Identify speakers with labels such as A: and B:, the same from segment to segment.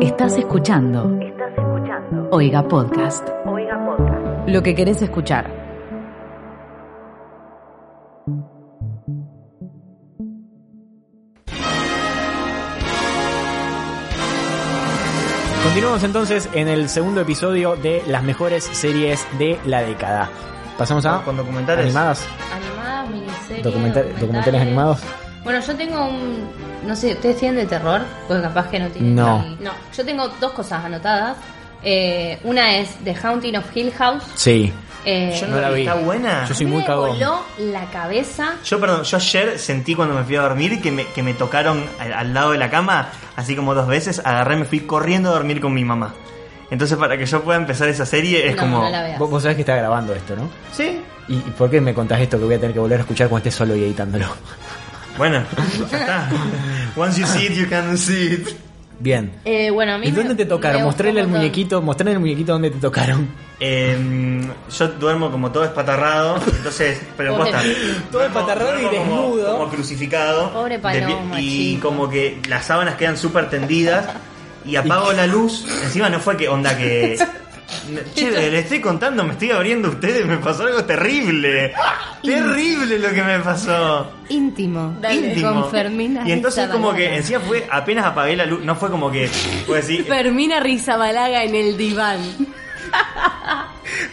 A: Estás escuchando. Estás escuchando. Oiga Podcast. Oiga Podcast. Lo que querés escuchar.
B: Continuamos entonces en el segundo episodio de las mejores series de la década. Pasamos a
C: Con documentales.
B: animadas,
D: Animadas, miniseries.
B: documental- documentales animados.
D: Bueno, yo tengo un. No sé, ¿ustedes tienen de terror? Porque capaz que no tienen.
B: No.
D: ni- No, yo tengo dos cosas anotadas. Eh, una es The Haunting of Hill House.
B: Sí,
D: Eh,
C: Yo
B: no la vi.
C: ¿Está buena?
B: Yo
D: a
B: soy
D: mí
B: muy
D: me
B: cagón.
D: voló la cabeza.
C: Yo, perdón, yo ayer sentí cuando me fui a dormir que me, que me tocaron al, al lado de la cama, así como dos veces, agarré, me fui corriendo a dormir con mi mamá. Entonces, para que yo pueda empezar esa serie, es
D: No,
C: como...
D: no la veas.
B: Vos, vos sabés que está grabando esto, ¿no?
C: sí,
B: ¿Y y por qué me contás esto que voy a tener que volver a escuchar cuando esté solo y editándolo?
C: bueno, ya está. Once you see it, you can see it.
B: Bien.
D: Eh, bueno, a mí
B: ¿Y dónde
D: me-
B: te tocaron?
D: me gustó
B: Mostrarle el
D: un montón.
B: muñequito, mostrarle el muñequito dónde te tocaron.
C: Eh, yo duermo como todo espatarrado, entonces, pero
D: Pobre.
C: posta.
B: Todo espatarrado y
C: duermo como-
B: desnudo.
C: Como, crucificado.
D: Pobre paloma,
C: De pie- Y
D: chico.
C: como que las sábanas quedan súper tendidas y apago la luz. Encima no fue que onda que. Che, le estoy contando, me estoy abriendo a ustedes, me pasó algo terrible. terrible lo que me pasó.
D: Íntimo.
C: Íntimo.
D: Con Fermina
C: y entonces como que
D: Rizabalaga.
C: encima fue apenas apagué la luz, no fue como que fue así,
D: Fermina Rizabalaga en el diván.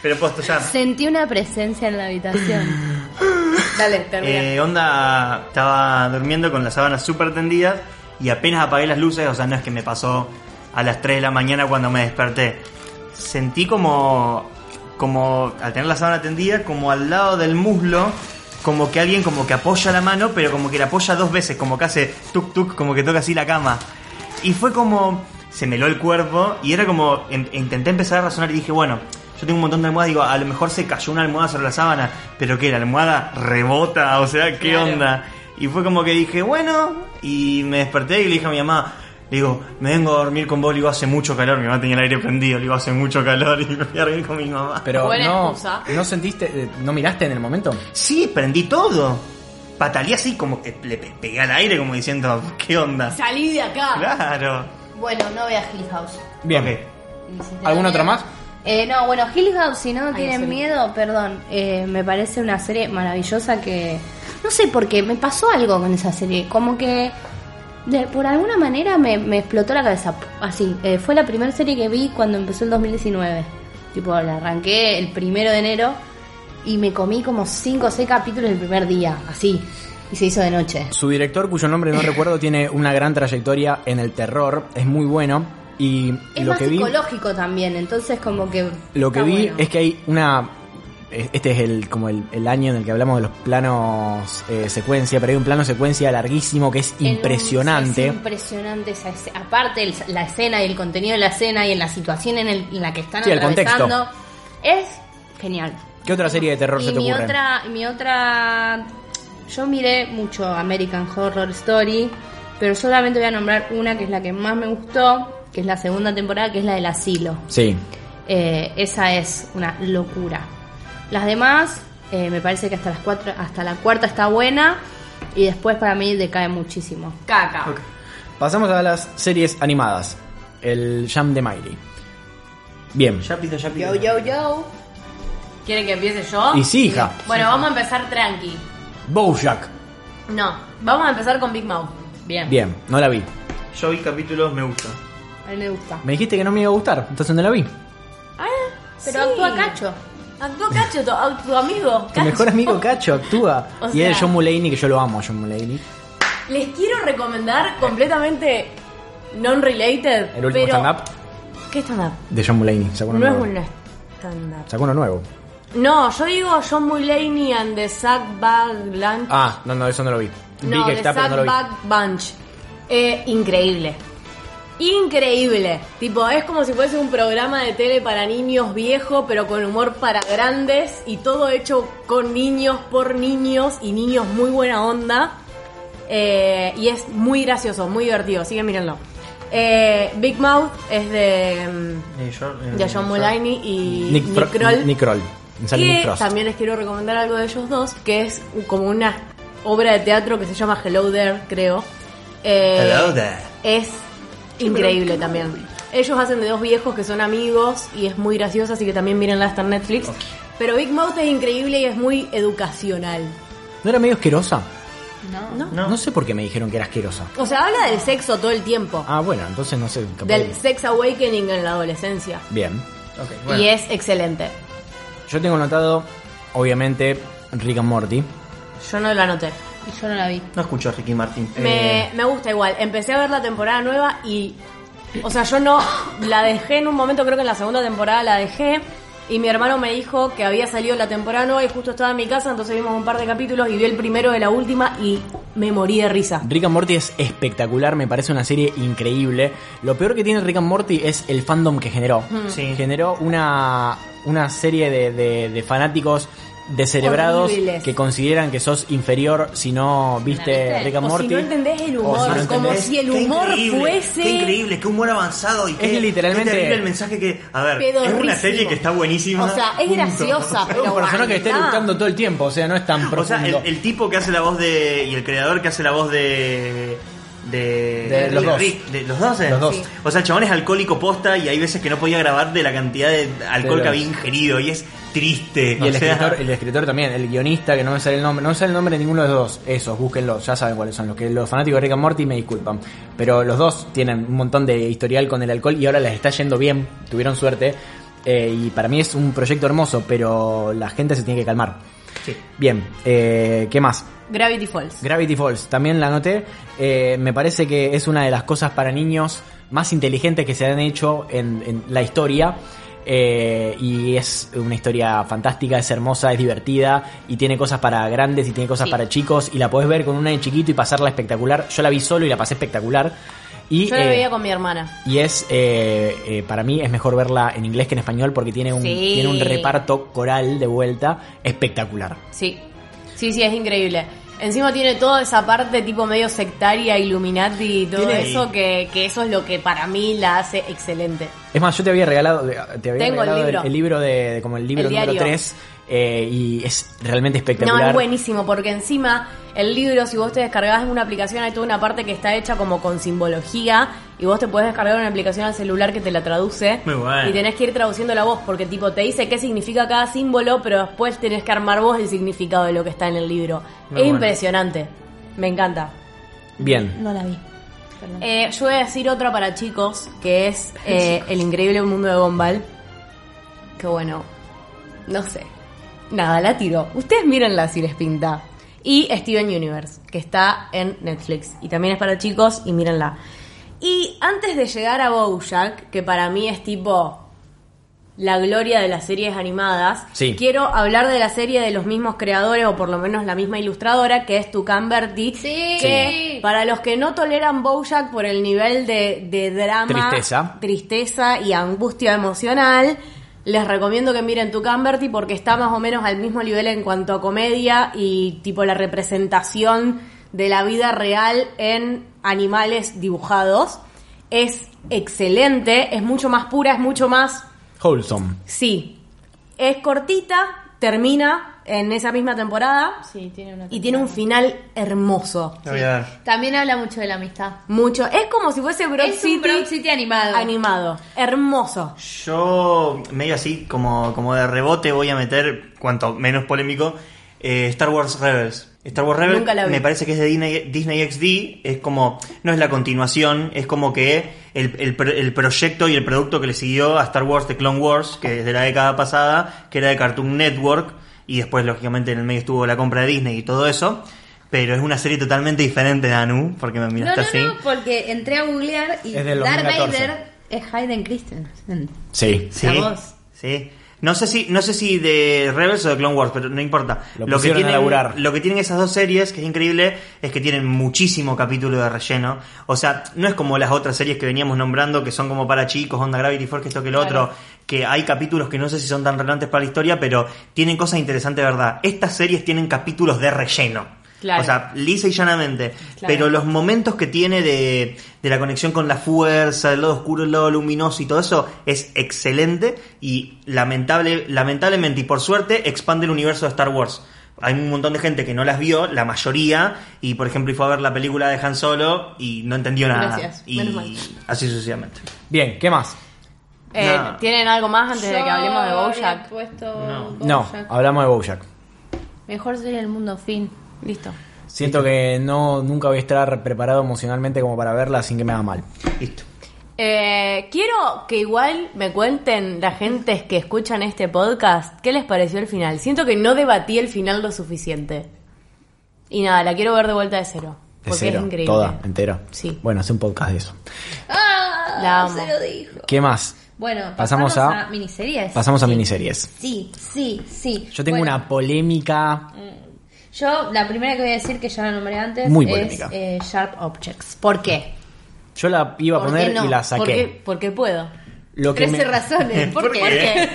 C: pero posto ya.
D: Sentí una presencia en la habitación. Dale, termina.
C: Eh, onda, estaba durmiendo con las sábanas súper tendidas y apenas apagué las luces, o sea, no es que me pasó a las 3 de la mañana cuando me desperté. Sentí como, como al tener la sábana tendida, como al lado del muslo, como que alguien como que apoya la mano, pero como que la apoya dos veces, como que hace tuk tuk, como que toca así la cama. Y fue como, se me heló el cuerpo y era como, en- intenté empezar a razonar y dije, bueno, yo tengo un montón de almohadas, digo, a lo mejor se cayó una almohada sobre la sábana, pero que la almohada rebota, o sea, ¿qué onda? Y fue como que dije, bueno, y me desperté y le dije a mi mamá, le digo, me vengo a dormir con vos, le digo, hace mucho calor, mi mamá tenía el aire prendido, le digo, hace mucho calor y me voy a dormir con mi mamá.
B: Pero
D: Buena
B: no,
D: excusa.
B: no sentiste, eh, no miraste en el momento.
C: Sí, prendí todo. Pataleé así, como que le pe- pegué al aire, como diciendo, ¿qué onda?
D: Salí de acá.
C: Claro.
D: Bueno, no veas Hill House.
B: Bien.
C: Ok.
D: Ni si te
B: ¿Alguna
D: lo
B: otra
D: niego.
B: más?
D: Eh, no, bueno, Hill House, si no tienen
E: sorry.
D: miedo, perdón, eh, me parece una serie maravillosa que... No sé por qué, me pasó algo con esa serie, como que de- por alguna manera me, me explotó la cabeza, así. eh, fue la primera serie que vi cuando empezó el 2019. Tipo, la arranqué el primero de enero y me comí como 5 o 6 capítulos el primer día, así. Y se hizo de noche.
B: Su director, cuyo nombre no recuerdo, tiene una gran trayectoria en el terror. Es muy bueno. Y
D: Es
B: lo
D: más
B: que vi.
D: psicológico también, entonces como que...
B: Lo que
D: está
B: vi
D: bueno.
B: es que hay una. Este es el como el, el año en el que hablamos de los planos eh, secuencia, pero hay un plano secuencia larguísimo que es
D: en un-
B: impresionante.
D: es impresionante esa escena. aparte el- la escena y el contenido de la escena y en la situación en, el- en la que están
B: Sí, el
D: atravesando es genial.
B: ¿Qué otra serie de terror
D: y
B: se te
D: mi
B: ocurre?
D: otra y mi otra yo miré mucho American Horror Story, pero solamente voy a nombrar una que es la que más me gustó, que es la segunda temporada, que es la del asilo.
B: Sí.
D: Eh, esa es una locura. Las demás, eh, me parece que hasta las cuatro, hasta la cuarta está buena y después para mí decae muchísimo.
E: Caca.
B: Pasamos a las series animadas. El Jam de Miley. Bien.
C: Ya pido, ya pido.
D: Yo, yo, yo.
E: ¿Quieren que empiece yo?
B: Y sí, hija.
E: Bueno, vamos a empezar tranqui.
B: Bojack.
E: No, vamos a empezar con Big Mouth. Bien.
B: Bien, no la vi.
C: Yo vi capítulos, me gusta.
D: A mí me gusta.
B: Me dijiste que no me iba a gustar, entonces no la vi.
E: Ah,
D: Pero
E: sí.
D: actúa Cacho.
E: Actúa Cacho, tu, a- tu amigo.
B: Tu
E: Cacho.
B: mejor amigo Cacho actúa.
E: O
B: y
E: sea-
B: es John Mulaney, que yo lo amo, John Mulaney.
E: Les quiero recomendar completamente non-related.
B: El último
E: pero...
B: stand-up
E: ¿Qué stand-up?
B: de John Mulaney. Sacó uno
E: No es
B: nuevo.
E: un stand-up.
B: Sacó uno nuevo.
E: No, yo digo John Mulaney and the Zack Bag Lunch.
B: Ah, no, no, eso no lo vi. vi
E: No,
B: que
E: de
B: está, pero no lo vi.
E: Sackback Bunch. Eh, increíble. Increíble. Tipo, es como si fuese un programa de tele para niños viejo, pero con humor para grandes y todo hecho con niños, por niños y niños muy buena onda. Eh, y es muy gracioso, muy divertido. Sigue mírenlo. Eh, Big Mouth es de, mm,
C: Eh, yo, eh,
E: de John Mulaney y
B: Nick,
E: Nick,
B: Fro-
E: Kroll
B: Nick Kroll. Sale Nick
E: que
B: Frost.
E: también les quiero recomendar algo de ellos dos, que es como una obra de teatro que se llama Hello There, creo. Eh,
C: Hello there.
E: Es increíble también. Ellos hacen de dos viejos que son amigos y es muy graciosa, así que también mírenla hasta en Netflix. Pero Big Mouth es increíble y es muy educacional.
B: ¿No era medio asquerosa?
E: ¿No?
B: No. sé por qué me dijeron que era asquerosa.
E: O sea, habla del sexo todo el tiempo.
B: Ah, bueno, entonces no sé. capaz
E: del
B: que-
E: sex awakening en la adolescencia.
B: Bien.
C: Ok, bueno.
E: Y es excelente.
B: Yo tengo anotado, obviamente, Rick and Morty.
E: Yo no la anoté.
F: Y yo no la vi.
C: No escucho a Ricky Martin.
B: Eh.
C: Eh,
E: Me, me gusta igual. Empecé a ver la temporada nueva y. O sea, yo no. La dejé en un momento, creo que en la segunda temporada la dejé. Y mi hermano me dijo que había salido la temporada nueva y justo estaba en mi casa, entonces vimos un par de capítulos y vi el primero de la última y me morí de risa.
B: Rick and Morty es espectacular, me parece una serie increíble. Lo peor que tiene Rick and Morty es el fandom que generó.
E: Mm.
C: Sí.
B: Generó una, una serie de, de- de fanáticos descerebrados
E: Horribles.
B: que consideran que sos inferior si no viste
F: ¿Viste?
B: Rick and
E: O
B: Morty.
E: si no entendés el humor,
B: O si no
E: como
B: entendés.
E: si el humor fuese.
C: Qué increíble, qué humor avanzado y qué, qué
B: literalmente-
C: terrible el mensaje que. A ver, es
E: Pedorrísimo.
C: una serie que está buenísima.
E: O sea, es
C: punto.
E: graciosa, pero.
B: un personaje que esté
E: guarda.
B: luchando todo el tiempo, o sea, no es tan profundo.
C: O sea, el, el tipo que hace la voz de. y el creador que hace la voz de. De,
B: De los dos.
C: Rick, de- ¿Los dos? eh?
B: Los dos. Sí.
C: O sea, el chabón es alcohólico posta y hay veces que no podía grabar de la cantidad de alcohol
B: Pero-
C: que había ingerido y es triste.
B: Y el
C: o sea,
B: escritor, el escritor también, el guionista, que no me sale el nombre, no me sale el nombre de ninguno de los dos, esos, búsquenlos, ya saben cuáles son, los que los fanáticos de Rick and Morty me disculpan. Pero los dos tienen un montón de historial con el alcohol y ahora les está yendo bien, tuvieron suerte. eh, y para mí es un proyecto hermoso, pero la gente se tiene que calmar. Bien, eh, ¿qué más?
E: Gravity Falls.
B: Gravity Falls, también la anoté. Eh, me parece que es una de las cosas para niños más inteligentes que se han hecho en, en la historia. Eh, y es una historia fantástica, es hermosa, es divertida y tiene cosas para grandes y tiene cosas
F: Sí.
B: para chicos y la podés ver con un año chiquito y pasarla espectacular. Yo la vi solo y la pasé espectacular. Y,
E: Yo la
B: eh,
E: veía con mi hermana.
B: y es, eh, eh, para mí es mejor verla en inglés que en español porque tiene un,
E: Sí.
B: tiene un reparto coral de vuelta espectacular.
E: Sí, sí, sí, es increíble. Encima tiene toda esa parte tipo medio sectaria, Illuminati y todo
C: Tiene-
E: eso, que, que eso es lo que para mí la hace excelente.
B: Es más, yo te había regalado, te había
E: Tengo el
B: regalado
E: libro.
B: de, de como el libro
E: El
B: número
E: diario.
B: 3 y es realmente espectacular.
E: No, es buenísimo, porque encima el libro, si vos te descargás en una aplicación, hay toda una parte que está hecha como con simbología, y vos te podés descargar una aplicación al celular que te la traduce.
C: Muy bueno.
E: Y tenés que ir traduciendo la voz, porque tipo te dice qué significa cada símbolo, pero después tenés que armar vos el significado de lo que está en el libro.
C: Muy
E: es
C: bueno.
E: impresionante. Me encanta.
B: Bien.
F: No la vi.
E: Eh, yo voy a decir otra para chicos, que es eh, El increíble mundo de Gumball. Que bueno, no sé. Nada, la tiro. Ustedes mírenla si les pinta. Y Steven Universe, que está en Netflix. Y también es para chicos y mírenla. Y antes de llegar a Bojack, que para mí es tipo la gloria de las series animadas,
B: Sí.
E: quiero hablar de la serie de los mismos creadores, o por lo menos la misma ilustradora, que es Tucán Berti.
F: Sí.
E: Que para los que no toleran Bojack por el nivel de, de drama,
B: Tristeza.
E: tristeza y angustia emocional, les recomiendo que miren Tu Berti porque está más o menos al mismo nivel en cuanto a comedia y tipo la representación de la vida real en animales dibujados. Es excelente, es mucho más pura, es mucho más
B: Wholesome.
E: Sí. Es cortita, termina en esa misma temporada
F: Sí, tiene una.
E: y tiene un final hermoso.
C: La voy a ver.
F: También habla mucho de la amistad.
E: Mucho. Es como si fuese Broad
F: es
E: City
F: un Broad City animado.
E: animado. Hermoso.
C: Yo, medio así, como, como de rebote, voy a meter, cuanto menos polémico, eh, Star Wars Rebels. Star Wars Rebels
E: Nunca la vi.
C: me parece que es de Disney, Disney XD, es como, no es la continuación, es como que el, el pro- el proyecto y el producto que le siguió a Star Wars The Clone Wars, que es de la década pasada, que era de Cartoon Network, y después lógicamente en el medio estuvo la compra de Disney y todo eso, pero es una serie totalmente diferente, Danu, porque me
F: No,
C: miraste
F: no,
C: así.
F: no, porque entré a googlear y
B: Es del
F: Darth
B: 2014.
F: Vader es Hayden Christensen.
B: Sí.
C: Sí.
F: La voz.
C: Sí. No sé si, no sé si de Rebels o de Clone Wars, pero no importa.
B: Lo pusieron a laburar.
C: lo que tienen esas dos series, que es increíble, es que tienen muchísimo capítulo de relleno. O sea, no es como las otras series que veníamos nombrando, que son como para chicos, Onda Gravity Force, que esto que lo otro, que hay capítulos que no sé si son tan relevantes para la historia, pero tienen cosas interesantes de verdad. Estas series tienen capítulos de relleno.
E: Claro.
C: O sea, lisa y llanamente. Pero los momentos que tiene de, de la conexión con la fuerza, el lado oscuro, el lado luminoso y todo eso es excelente y lamentable, lamentablemente y por suerte expande el universo de Star Wars. hay un montón de gente que no las vio, la mayoría, y por ejemplo fue a ver la película de Han Solo y no entendió nada.
E: Gracias,
C: y
E: menos mal.
C: así sucesivamente.
B: Bien, ¿qué más?
E: Eh,
C: No.
E: ¿Tienen algo más antes de que
D: Yo
E: hablemos de
D: habría
E: Bojack?
D: puesto
C: No.
B: No,
D: Bojack.
B: hablamos de Bojack.
D: Mejor sería el mundo fin.
E: Listo.
B: Siento que no nunca voy a estar preparado emocionalmente como para verla sin que me haga mal.
C: Listo.
E: Eh, quiero que igual me cuenten la gente que escuchan este podcast qué les pareció el final. Siento que no debatí el final lo suficiente. Y nada, la quiero ver de vuelta de cero.
B: De
E: Porque
B: cero,
E: es increíble.
B: toda, entera.
E: Sí.
B: Bueno, hace un podcast de eso.
D: ¡Ah!
E: La amo.
D: Se lo dijo.
B: ¿Qué más?
D: Bueno,
B: Pasamos
D: pasamos,
B: a-
D: a, miniseries.
B: Pasamos a
D: Sí.
B: miniseries.
D: Sí, sí, sí.
B: Yo tengo
D: Bueno,
B: una polémica.
D: Yo, la primera que voy a decir, que ya la nombré antes,
B: Muy
D: es
B: polémica.
D: eh, Sharp Objects. ¿Por qué?
B: Yo la iba a
D: ¿Por qué
B: poner
D: no?
B: y la
E: ¿Por
B: saqué.
E: qué? Porque puedo.
B: Lo que, me,
D: 13 razones. ¿Por, qué?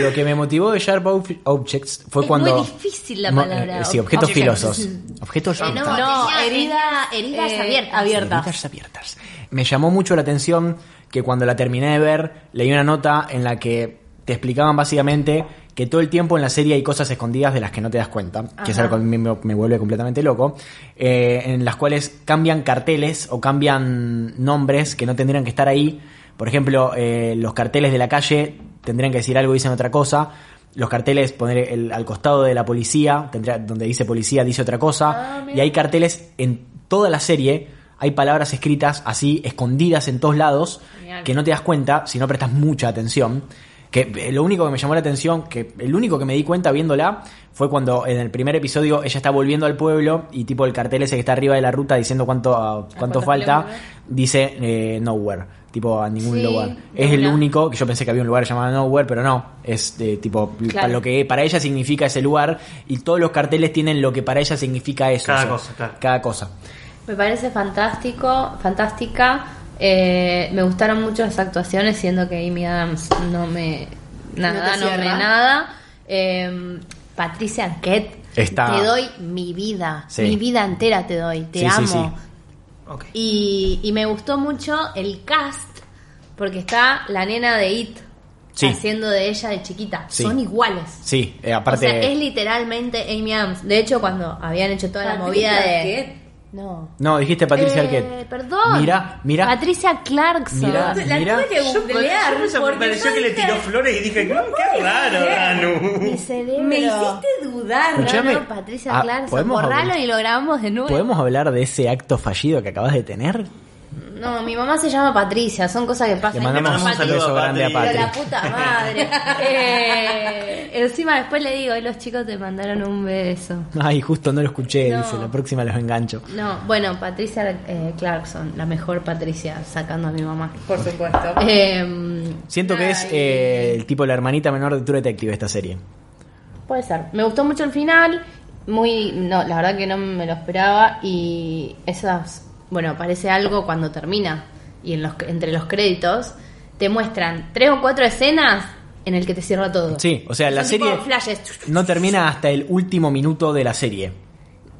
B: lo que me motivó de Sharp Ob- Objects fue
D: Es
B: cuando.
D: muy difícil la
B: Mo-
D: palabra.
B: eh, sí, objetos
D: Objects.
B: filosos. Objetos
D: Eh,
B: filosos.
E: No,
D: tenía-
E: herida-
D: tenía heridas
E: eh,
D: abiertas.
E: abiertas.
B: Preguntas abiertas. Me llamó mucho la atención que cuando la terminé de ver, leí una nota en la que te explicaban básicamente que todo el tiempo en la serie hay cosas escondidas de las que no te das cuenta, que es
D: Ajá.
B: algo que a mí me, me vuelve completamente loco, eh, en las cuales cambian carteles o cambian nombres que no tendrían que estar ahí. Por ejemplo, eh, los carteles de la calle tendrían que decir algo y dicen otra cosa. Los carteles, poner el, al costado de la policía, tendría- donde dice policía, dice otra
D: Ah,
B: cosa. y hay carteles en toda la serie, hay palabras escritas así, escondidas en todos lados,
D: Genial.
B: que no te das cuenta si no prestas mucha atención. Que eh, lo único que me llamó la atención, que el único que me di cuenta viéndola, fue cuando en el primer episodio ella está volviendo al pueblo y tipo el cartel ese que está arriba de la ruta diciendo cuánto, ah, cuánto
D: cuántos
B: falta,
D: kilómetros?
B: dice eh, nowhere, tipo a ningún
D: Sí,
B: lugar.
D: de
B: Es el
D: una.
B: único, que yo pensé que había un lugar llamado nowhere, pero no, es eh, tipo para lo que para ella significa ese lugar y todos los carteles tienen lo que para ella significa eso.
C: Cada
B: o sea,
C: cosa, claro.
B: Cada cosa.
D: Me parece fantástico, fantástica. Eh, me gustaron mucho las actuaciones, siendo que Amy Adams no me nada,
E: No te
D: no, me
E: cierra.
D: nada. Eh, Patricia Arquette,
B: Está-
D: te doy mi vida,
B: Sí.
D: mi vida entera te doy, te
B: Sí, sí,
D: amo.
B: sí.
C: Ok.
D: Y, y me gustó mucho el cast, porque está la nena de It
B: Sí.
D: haciendo de ella de chiquita.
B: Sí.
D: Son iguales.
B: Sí, eh, aparte
D: O sea, es literalmente Amy Adams. De hecho, cuando habían hecho toda la
E: Patricia
D: movida de.
E: Arquette.
D: No.
B: No, dijiste Patricia
D: Eh,
B: Arquette.
D: Perdón.
B: Mira, mira.
D: Patricia Clarkson.
B: Mira,
E: La
B: mira.
E: tuve que googlear
C: Yo me
E: porque
C: pareció
E: yo
C: que le
E: dije,
C: tiró flores y dije, "No, qué raro,
D: Mi
C: Danu.
D: cerebro.
E: Me hiciste dudar.
D: No,
B: Escuchame.
D: no, Patricia
B: Ah,
D: Clarkson.
B: ¿podemos
D: Borralo
B: hablar?
D: y lo grabamos de nuevo.
B: ¿Podemos hablar de ese acto fallido que acabas de tener?
D: No, mi mamá se llama Patricia. Son cosas que pasan.
B: Le mandamos
C: mandamos
B: un
C: un saludo
B: beso
C: a
B: grande a
C: Patri.
D: Pero
B: Patri.
D: la puta madre. Eh, encima después le digo, "Ay, los chicos te mandaron un beso.
B: Ay, justo no lo escuché,
D: No.
B: dice, la próxima los engancho.
D: No, bueno, Patricia eh, Clarkson, la mejor Patricia, sacando a mi mamá.
E: Por supuesto.
D: Eh,
B: Siento que es eh, el tipo la hermanita menor de True Detective esta serie.
D: Puede ser. Me gustó mucho el final. Muy. No, la verdad que no me lo esperaba. Y esas. Bueno, aparece algo cuando termina. Y en los, entre los créditos. Te muestran tres o cuatro escenas en el que te cierra todo.
B: Sí, o sea, la
D: Son tipo
B: serie
D: flashes.
B: no termina hasta el último minuto de la serie.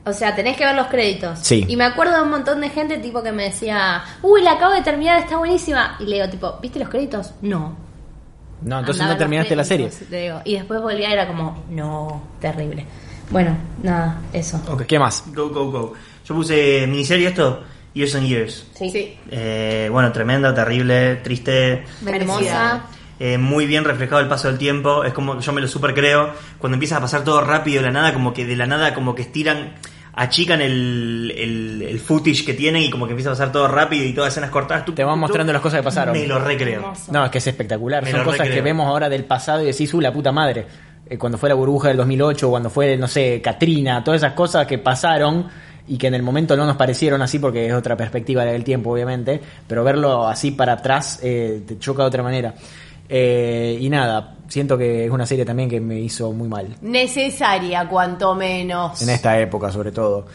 D: O sea, tenés que ver los créditos.
B: Sí.
D: Y me acuerdo de un montón de gente tipo que me decía, uy, la acabo de terminar, está buenísima. Y le digo, tipo, ¿viste los créditos? No.
B: No, entonces
D: Andá a ver
B: no
D: los
B: terminaste la serie.
D: créditos, te digo. Y después volvía y era como, no, terrible. Bueno, nada, eso.
B: ¿Qué más?
C: Go, go, go. Yo puse miniserie esto, Years and Years.
D: Sí.
E: Sí.
C: Eh, bueno, tremenda, terrible, triste.
D: Hermosa.
C: Eh, muy bien reflejado el paso del tiempo. Es como que yo me lo super creo. Cuando empieza a pasar todo rápido de la nada, como que de la nada, como que estiran, achican el, el, el footage que tienen y como que empieza a pasar todo rápido y todas escenas cortadas. Tú-
B: Te van
C: tú-
B: mostrando las cosas que pasaron.
C: Me lo recreo.
D: Hermoso.
B: No, es que es espectacular.
C: Me
B: Son
C: lo
B: cosas
C: recreo.
B: que vemos ahora del pasado y decís, uh, la puta madre. Eh, cuando fue la burbuja del 2008, cuando fue, no sé, Katrina, todas esas cosas que pasaron y que en el momento no nos parecieron así porque es otra perspectiva del tiempo, obviamente, pero verlo así para atrás eh, te choca de otra manera. Eh, y nada, siento que es una serie también que me hizo muy mal.
E: Necesaria, cuanto menos.
B: En esta época, sobre todo.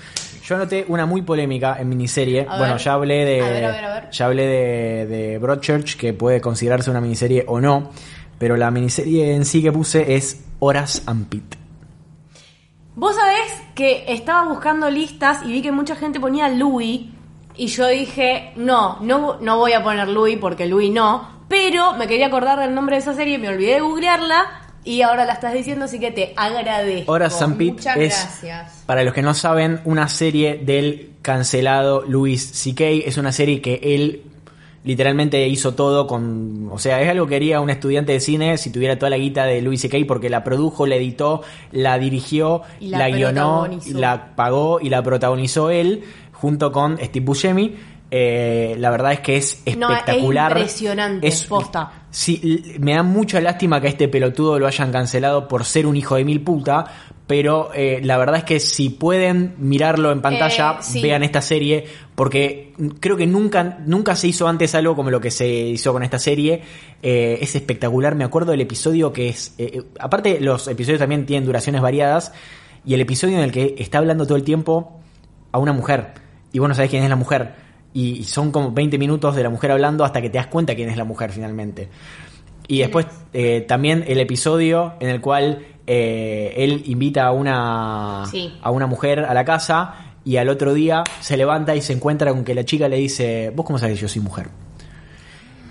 B: Yo anoté una muy polémica en miniserie.
E: A
B: bueno,
E: ver.
B: ya hablé de.
E: A ver, a ver, a ver.
B: Ya hablé de, de Broadchurch, que puede considerarse una miniserie o no. Pero la miniserie en sí que puse es Horas and Pit.
E: Vos sabés que estaba buscando listas y vi que mucha gente ponía Louis y yo dije, no, no, no voy a poner Louis porque Louis no, pero me quería acordar del nombre de esa serie, me olvidé de googlearla Y ahora la estás diciendo, así que te agradezco.
B: Hora San Pete
D: Muchas
B: es,
D: gracias.
B: para los que no saben, una serie del cancelado Louis C.K. Es una serie que él literalmente hizo todo con... O sea, es algo que haría un estudiante de cine si tuviera toda la guita de Louis C.K. porque la produjo, la editó, la dirigió,
E: Y la
B: la guionó,
E: protagonizó.
B: la pagó y la protagonizó él junto con Steve Buscemi. Eh, la verdad es que es
E: No, es
B: espectacular.
E: impresionante, posta.
B: Sí, l- me da mucha lástima que a este pelotudo lo hayan cancelado por ser un hijo de mil puta, pero eh, la verdad es que si pueden mirarlo en pantalla,
E: Eh, sí.
B: vean esta serie, porque creo que nunca, nunca se hizo antes algo como lo que se hizo con esta serie. Eh, es espectacular, me acuerdo del episodio que es... eh, eh, aparte, los episodios también tienen duraciones variadas, y el episodio en el que está hablando todo el tiempo a una mujer y vos no sabés quién es la mujer. Y y son como 20 minutos de la mujer hablando hasta que te das cuenta quién es la mujer finalmente. Y después eh, también el episodio en el cual eh, él invita a una,
F: Sí.
B: a una mujer a la casa y al otro día se levanta y se encuentra con que la chica le dice, vos cómo sabés que yo soy mujer.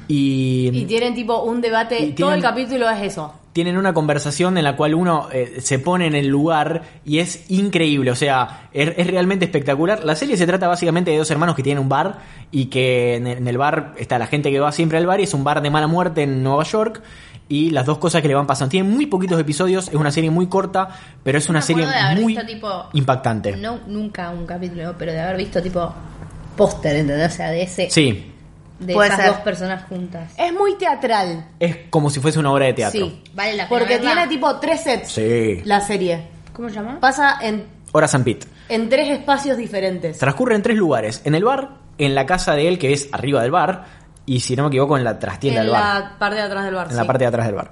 B: Y,
E: Y tienen tipo un debate,
B: Y
E: todo el
B: tienen-
E: capítulo es eso.
B: tienen una conversación en la cual uno eh, se pone en el lugar y es increíble, o sea, es, es realmente espectacular. La serie se trata básicamente de dos hermanos que tienen un bar y que en el, en el bar está la gente que va siempre al bar y es un bar de mala muerte en Nueva York y las dos cosas que le van pasando. Tiene muy poquitos episodios, es una serie muy corta, pero es
D: Yo me
B: una serie
D: acuerdo de haber
B: muy
D: visto, tipo,
B: impactante.
D: No, nunca un capítulo, pero de haber visto tipo póster, ¿entendés? O sea, de ese.
B: Sí,
D: De
E: Puede
D: esas
E: ser.
D: dos personas juntas.
E: Es muy teatral.
B: es como si fuese una obra de teatro.
E: Sí,
D: Vale la pena
E: Porque
D: verla.
E: tiene tipo tres sets
B: Sí.
E: la serie.
D: ¿Cómo se llama?
E: Pasa en,
B: Hora San Pete.
E: en tres espacios diferentes.
B: Transcurre en tres lugares. En el bar, en la casa de él, que es arriba del bar, y si no me equivoco, en la trastienda
E: en
B: del bar.
E: la parte de atrás del bar.
B: En
E: sí.
B: la parte de atrás del bar.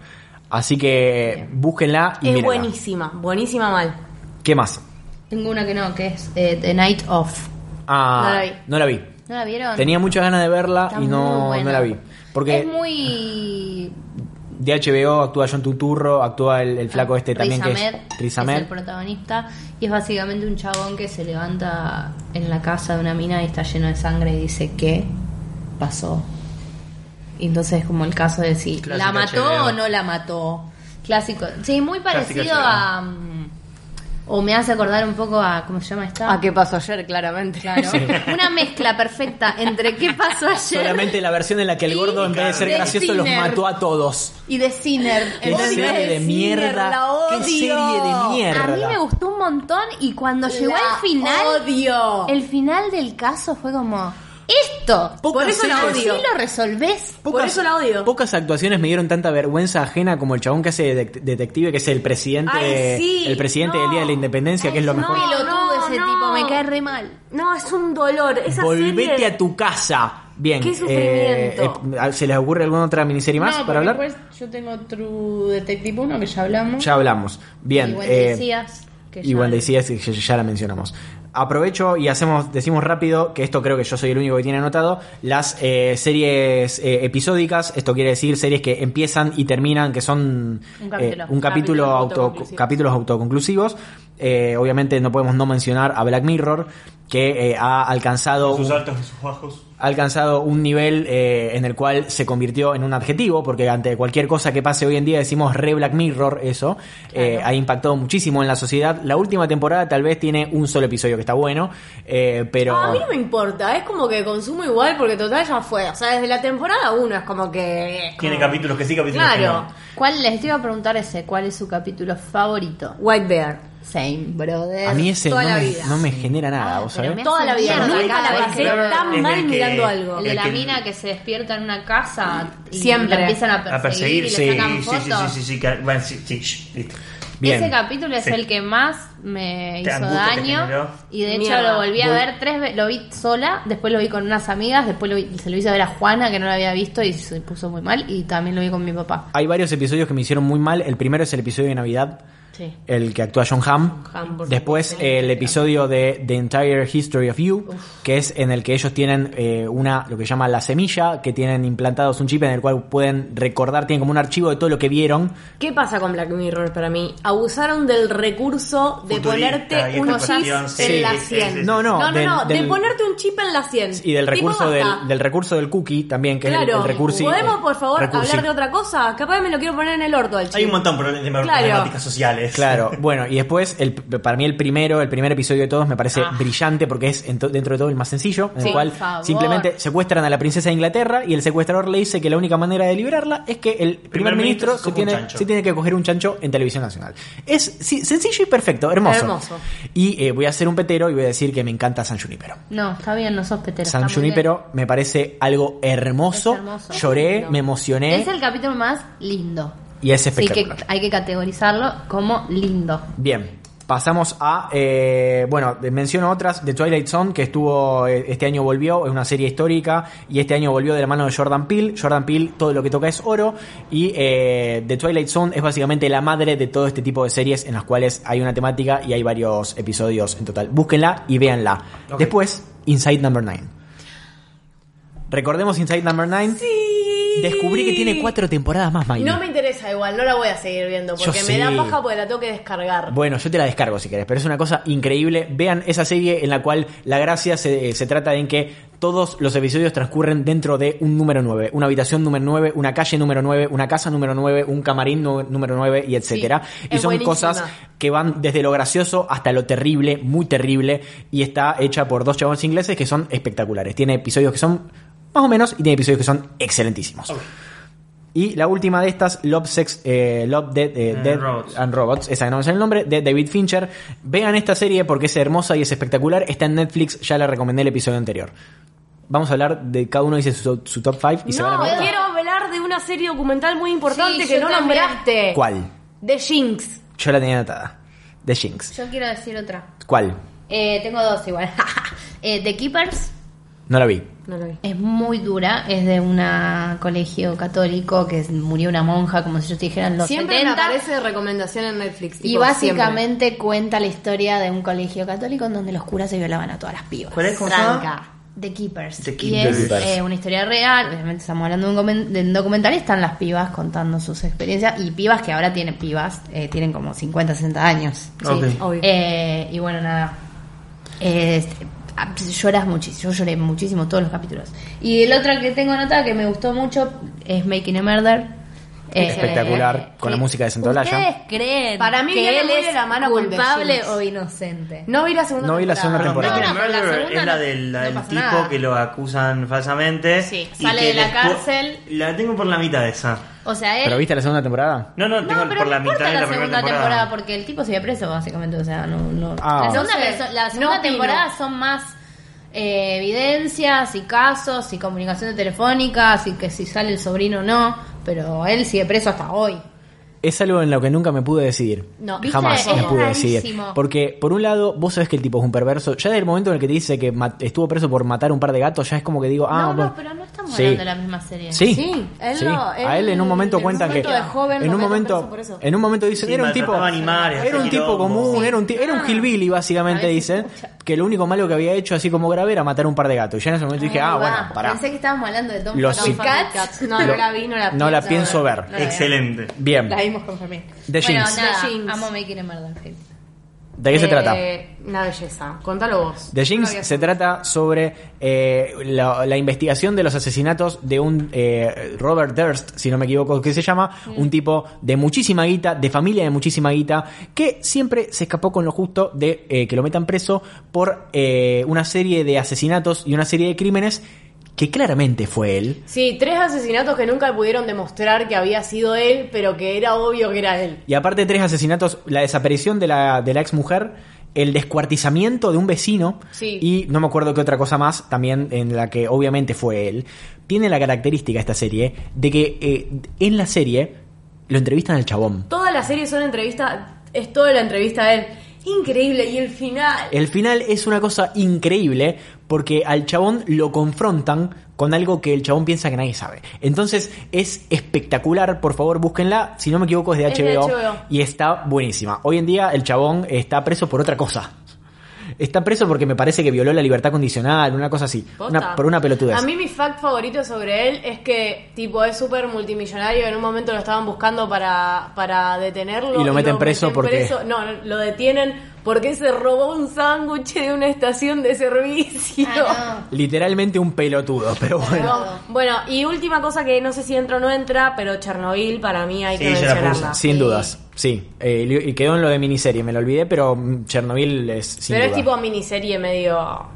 B: Así que búsquenla y
E: es
B: mírenla.
E: buenísima, buenísima mal.
B: ¿Qué más?
D: Tengo una que no, que es eh, The Night Of.
B: Ah,
E: No la vi.
B: no la vi.
D: ¿No la vieron?
B: Tenía muchas ganas de verla
D: Está
B: y
D: muy
B: no,
D: buena.
B: no la vi. Porque
D: Es muy.
B: de HBO actúa John Tuturro, actúa el, el flaco este también
D: Riz
B: que
D: Ahmed
B: es Riz Ahmed.
D: el protagonista y es básicamente un chabón que se levanta en la casa de una mina y está lleno de sangre y dice ¿qué pasó? Y entonces es como el caso de si
C: Clásico
D: la mató
C: HBO.
D: o no la mató. Clásico. Sí, muy
C: Clásico
D: parecido
C: HBO.
D: a mm, o me hace acordar un poco a ¿cómo se llama esta?
E: ¿A Ah, qué pasó ayer? Claramente.
D: Claro. Una mezcla perfecta entre qué pasó ayer
B: Solamente la versión en la que el gordo, en vez de ser
D: Claro.
B: gracioso, los
D: Sinner.
B: mató a todos.
D: y de Sinner.
B: Qué
E: Odio
B: serie de
E: Sinner,
B: mierda.
E: la
B: Qué
E: odio.
B: serie de mierda.
D: A mí me gustó un montón y cuando llegó
E: La
D: al final
E: Odio.
D: El final del caso fue como esto.
B: Pocas
E: Por eso la
D: Así
E: odio.
D: lo resolvés.
E: Por eso la odio.
B: Pocas actuaciones me dieron tanta vergüenza ajena como el chabón que hace de- detective, que es el presidente,
E: Ay, sí,
B: el presidente del
E: no.
B: Día de la Independencia, que es lo
E: no.
B: mejor.
D: Pelotudo
E: no,
D: ese
E: no.
D: tipo, me cae re mal.
E: No, es un dolor. Esa
B: Volvete
E: serie-
B: a tu casa. Bien.
E: Qué sufrimiento.
B: eh, eh, ¿Se les ocurre alguna otra miniserie más para hablar?
D: yo tengo True Detective 1 que ya hablamos.
B: Ya hablamos. Bien.
D: y Wendy
B: eh,
D: Cías, que
B: y
D: ya-
B: Wendy Cías, que ya, ya la mencionamos. Aprovecho y hacemos, decimos rápido, que esto creo que yo soy el único que tiene anotado, las eh, series eh, episódicas, esto quiere decir series que empiezan y terminan, que son eh,
D: Un capítulo.
B: un capítulo
E: Capítulos
B: auto-
E: autoconclusivos.
B: capítulos autoconclusivos. Eh, obviamente no podemos no mencionar a Black Mirror, que eh, ha alcanzado...
C: Sus
B: un-
C: altos y sus bajos.
B: ha alcanzado un nivel eh, en el cual se convirtió en un adjetivo, porque ante cualquier cosa que pase hoy en día decimos re Black Mirror, eso, Eh, ha impactado muchísimo en la sociedad. La última temporada tal vez tiene un solo episodio que está bueno, eh, pero...
E: Ah, A mí no me importa, es como que consumo igual porque total ya fue. O sea, desde la temporada 1 es como que.
C: Tiene capítulos que sí, capítulos que
E: Claro.
C: no.
D: ¿Cuál les iba a preguntar ese? ¿Cuál es su capítulo favorito?
E: White Bear.
D: Same, brother.
B: A mí ese no
E: toda la
B: me,
E: vida.
B: no me genera nada,
D: Ah,
B: ¿vos
D: pero
B: sabés?
D: me hace
E: Toda la vida.
D: mierda
E: Nunca
D: cada
E: la
D: vez
E: pasé
D: que veo.
E: tan
C: Es
E: mal
C: el que-
E: mirando algo.
D: El de
C: El
D: la
C: que-
D: mina que se despierta en una casa y
E: Siempre.
D: la empiezan a
C: A perseguir,
D: perseguir, y
C: sí,
D: le sacan
C: sí, sí,
D: fotos.
C: sí, sí, sí, que- bueno, sí, sí, shh, listo.
B: Bien.
D: Ese capítulo es
C: Sí.
D: el que más me
C: Te
D: hizo
C: angustia, te
D: daño
C: generó.
D: y de hecho
E: Mierda.
D: lo volví a
B: Vol-
D: ver tres veces, lo vi sola, después lo vi con unas amigas, después lo vi- se lo hice ver a Juana que no lo había visto y se puso muy mal y también lo vi con mi papá.
B: Hay varios episodios que me hicieron muy mal. El primero es el episodio de Navidad.
D: Sí.
B: el que actúa John Hamm.
D: John Hamm, por
B: Después eh,
D: supuesto.
B: el episodio de The Entire History of You, que es en el que ellos tienen eh, una lo que llaman la semilla, que tienen implantados un chip en el cual pueden recordar, tienen como un archivo de todo lo que vieron.
E: ¿Qué pasa con Black Mirror para mí? Abusaron del recurso
C: Futurista
E: de
C: y
E: ponerte un
C: esta
E: chip
C: cuestión,
E: en
C: sí,
E: la
C: sí, sí, sí.
E: sien.
B: No, no,
E: no,
B: del-
E: no, de
B: del-
E: ponerte un chip en la sien.
B: Y del
E: Tipo,
B: recurso del,
E: basta.
B: del recurso del cookie también, que es el, eh,
E: Claro,
B: el recursi-
E: ¿podemos por favor
B: recursi-
E: hablar de otra cosa? Capaz me lo quiero poner en el orto al chip.
C: Hay un montón de problemas-
E: Claro.
C: problemáticas sociales.
B: Claro, bueno, y después, el, para mí el primero, el primer episodio de todos me parece
D: Ah.
B: brillante porque es en to- dentro de todo el más sencillo, en
D: Sí,
B: el cual
D: por favor.
B: simplemente secuestran a la princesa de Inglaterra y el secuestrador le dice que la única manera de liberarla es que el primer,
C: ministro
B: ministro,
C: se
B: se
C: coja un
B: tiene,
C: chancho.
B: se tiene que coger un chancho en televisión nacional. Es sí, sencillo y perfecto, hermoso.
E: Hermoso.
B: Y eh, voy a hacer un petero y voy a decir que me encanta San Junipero.
D: No, está bien, no sos petero.
B: San
D: está muy bien.
B: Junipero me parece algo hermoso.
D: Es hermoso.
B: Lloré,
D: Lindo.
B: me emocioné
D: Es el capítulo más lindo.
B: y es
D: Así que
B: espectacular.
D: hay que categorizarlo como lindo.
B: Bien. Pasamos a, eh, bueno, menciono otras, The Twilight Zone, que estuvo, eh, este año volvió, es una serie histórica, y este año volvió de la mano de Jordan Peele. Jordan Peele, todo lo que toca es oro, y eh, The Twilight Zone es básicamente la madre de todo este tipo de series en las cuales hay una temática y hay varios episodios en total. Búsquenla y véanla.
C: Ok.
B: Después, Inside Number 9. Recordemos Inside Number 9. Descubrí que tiene cuatro temporadas más, Miley.
E: No me interesa igual, no la voy a seguir viendo
B: Yo
E: porque me da
B: sé.
E: paja porque la tengo que descargar.
B: Bueno, yo te la descargo si querés, pero es una cosa increíble. Vean esa serie en la cual la gracia se, se trata en que todos los episodios transcurren dentro de un número 9, una habitación número 9, una calle número 9, una casa número 9, un camarín nu- número 9 y etcétera. y
E: es
B: son
E: buenísima.
B: cosas que van desde lo gracioso hasta lo terrible, muy terrible, y está hecha por dos chabones ingleses que son espectaculares. Tiene episodios que son más o menos y tiene episodios que son excelentísimos. Y la última de estas, Love, Sex, eh, Love, Dead, eh,
C: And
B: Dead
C: Robots.
B: and Robots, esa que no me sale el nombre, de David Fincher. Vean esta serie porque es hermosa y es espectacular. Está en Netflix, ya la recomendé el episodio anterior. Vamos a hablar de cada uno dice su, su top 5 y se van a
E: no,
B: ver.
E: quiero hablar de una serie documental muy importante
D: Sí,
E: que
D: yo
E: no
D: también.
E: nombraste.
B: ¿Cuál?
E: De Jinx.
B: Yo la tenía anotada. The Jinx.
D: Yo quiero decir otra.
B: ¿Cuál?
D: Eh, tengo dos igual. Eh, The Keepers
B: No la vi.
E: No lo vi.
D: es muy dura, es de un colegio católico que murió una monja, como si yo te dijera en los
E: Siempre me
D: 70.
E: aparece recomendación en Netflix.
D: Y
E: tipo, siempre.
D: básicamente cuenta la historia de un colegio católico en donde los curas se violaban a todas las pibas.
C: ¿Cuál es? ¿Cómo se
D: Tranca.
C: llama?
D: The Keepers.
C: The
D: y
C: Keepers.
D: es
B: The Keepers.
D: eh, una historia real. Obviamente estamos hablando de un, comen- de un documental y están las pibas contando sus experiencias. Y pibas que ahora tienen pibas, eh, tienen como 50, 60 años.
C: Ok.
E: Obvio.
D: Eh, y bueno, nada. Eh, este, ah, lloras muchísimo. Yo lloré muchísimo todos los capítulos. Y el otro que tengo anotada que me gustó mucho es Making a Murder. Eh,
B: Espectacular, con la música de Santolaya.
D: ¿Ustedes creen
E: Para mí
D: que
E: viene
D: él
E: muy
D: es
E: de la mano con
D: culpable
E: Decisions.
D: o inocente?
E: No vi la segunda
B: No vi la segunda
C: Perdón,
B: temporada.
C: Making a
D: No, pero la
C: Murderer
D: segunda
C: es la
D: no-
C: del, la
D: no
C: del
D: pasa
C: tipo
D: nada.
C: que lo acusan falsamente.
D: Sí,
C: y
D: sale
C: que
D: de la
C: después-
D: cárcel.
C: La tengo por la mitad de esa.
D: O sea, él...
B: ¿Pero viste la segunda temporada?
C: No, no, tengo
D: no, pero
C: por la
D: no importa
C: mitad de
D: la,
C: la, primera
D: segunda
C: temporada.
D: temporada. porque el tipo se iba preso, básicamente. O sea, no... no.
B: Ah.
D: La segunda,
E: No sé,
D: perso- la segunda
E: no opino.
D: temporada son más eh, evidencias y casos y comunicaciones telefónicas y que si sale el sobrino o no. Pero él sigue preso hasta hoy.
B: Es algo en lo que nunca me pude decidir.
D: No, ¿viste?
B: jamás
D: Es
B: me pude decidir.
D: rarísimo.
B: Porque, por un lado, vos sabés que el tipo es un perverso. Ya desde el momento en el que te dice que mat- estuvo preso por matar un par de gatos, ya es como que digo, ah,
D: no,
B: bueno.
D: no, pero no estamos
B: Sí.
D: hablando de la misma serie.
B: Sí,
E: Sí, él
B: sí.
E: lo-
B: a él en un momento
E: él-
B: cuentan
E: en un
B: que
E: momento de joven
B: en
E: lo
B: un
E: meten
B: momento
E: preso por eso.
B: en un momento dicen
C: Sí,
B: era un tipo
C: maltrataba animales,
B: era un
C: hacía
B: tipo
C: quilombo.
B: común, era un ti-
D: Ah.
B: era un hillbilly básicamente
D: A veces
B: dicen que lo único malo que había hecho así como grave era matar un par de gatos. Y ya en ese momento dije, ah,
D: va.
B: bueno, pará.
D: Pensé que estábamos hablando de Tom
B: Los
D: Hanks.
B: sí.
E: Cats. No,
B: Lo-
E: no la vi, no la
B: no la pienso ver.
D: No la veo.
C: Excelente.
B: Bien.
E: La vimos con Fermín.
B: The
D: bueno,
B: Jinx.
D: nada,
E: The Jinx.
D: amo Making a Murder. gente.
B: ¿De qué se
E: Eh,
B: trata?
E: Una belleza. Contalo vos.
B: The Jinx se trata sobre eh, la, la investigación de los asesinatos de un eh, Robert Durst, si no me equivoco, que se llama, un tipo de muchísima guita, de familia de muchísima guita, que siempre se escapó con lo justo de eh, que lo metan preso por eh, una serie de asesinatos y una serie de crímenes que claramente fue él.
E: Sí, tres asesinatos que nunca pudieron demostrar que había sido él, pero que era obvio que era él.
B: Y aparte tres asesinatos, la desaparición de la, de la ex mujer, el descuartizamiento de un vecino
E: Sí.
B: y no me acuerdo qué otra cosa más también en la que obviamente fue él. Tiene la característica esta serie de que eh, en la serie lo entrevistan al chabón.
E: Toda la serie son entrevistas, es toda la entrevista a él. Increíble, y el final.
B: El final es una cosa increíble porque al chabón lo confrontan con algo que el chabón piensa que nadie sabe. Entonces es espectacular, por favor búsquenla, si no me equivoco es de
E: Es de
B: HBO,
E: HBO.
B: y está buenísima. Hoy en día el chabón está preso por otra cosa. Está preso porque me parece que violó la libertad condicional, una cosa así,
E: Posta.
B: una, por una pelotudez.
E: A mí mi fact favorito sobre él es que, tipo, es súper multimillonario. En un momento lo estaban buscando para, para detenerlo.
B: Y lo meten preso porque-
E: No, no, lo detienen porque se robó un sándwich de una estación de servicio.
F: Ah,
B: Literalmente un pelotudo, pero bueno.
E: Perdón. Bueno, y última cosa que no sé si entra o no entra, pero Chernobyl para mí hay
C: Sí,
E: que
C: yo la
E: mencionarla.
C: puse.
B: Sin dudas, sí. Eh, li- y quedó en lo de miniserie, me lo olvidé, pero mm, Chernobyl es sin
E: pero es
B: duda.
E: tipo miniserie medio...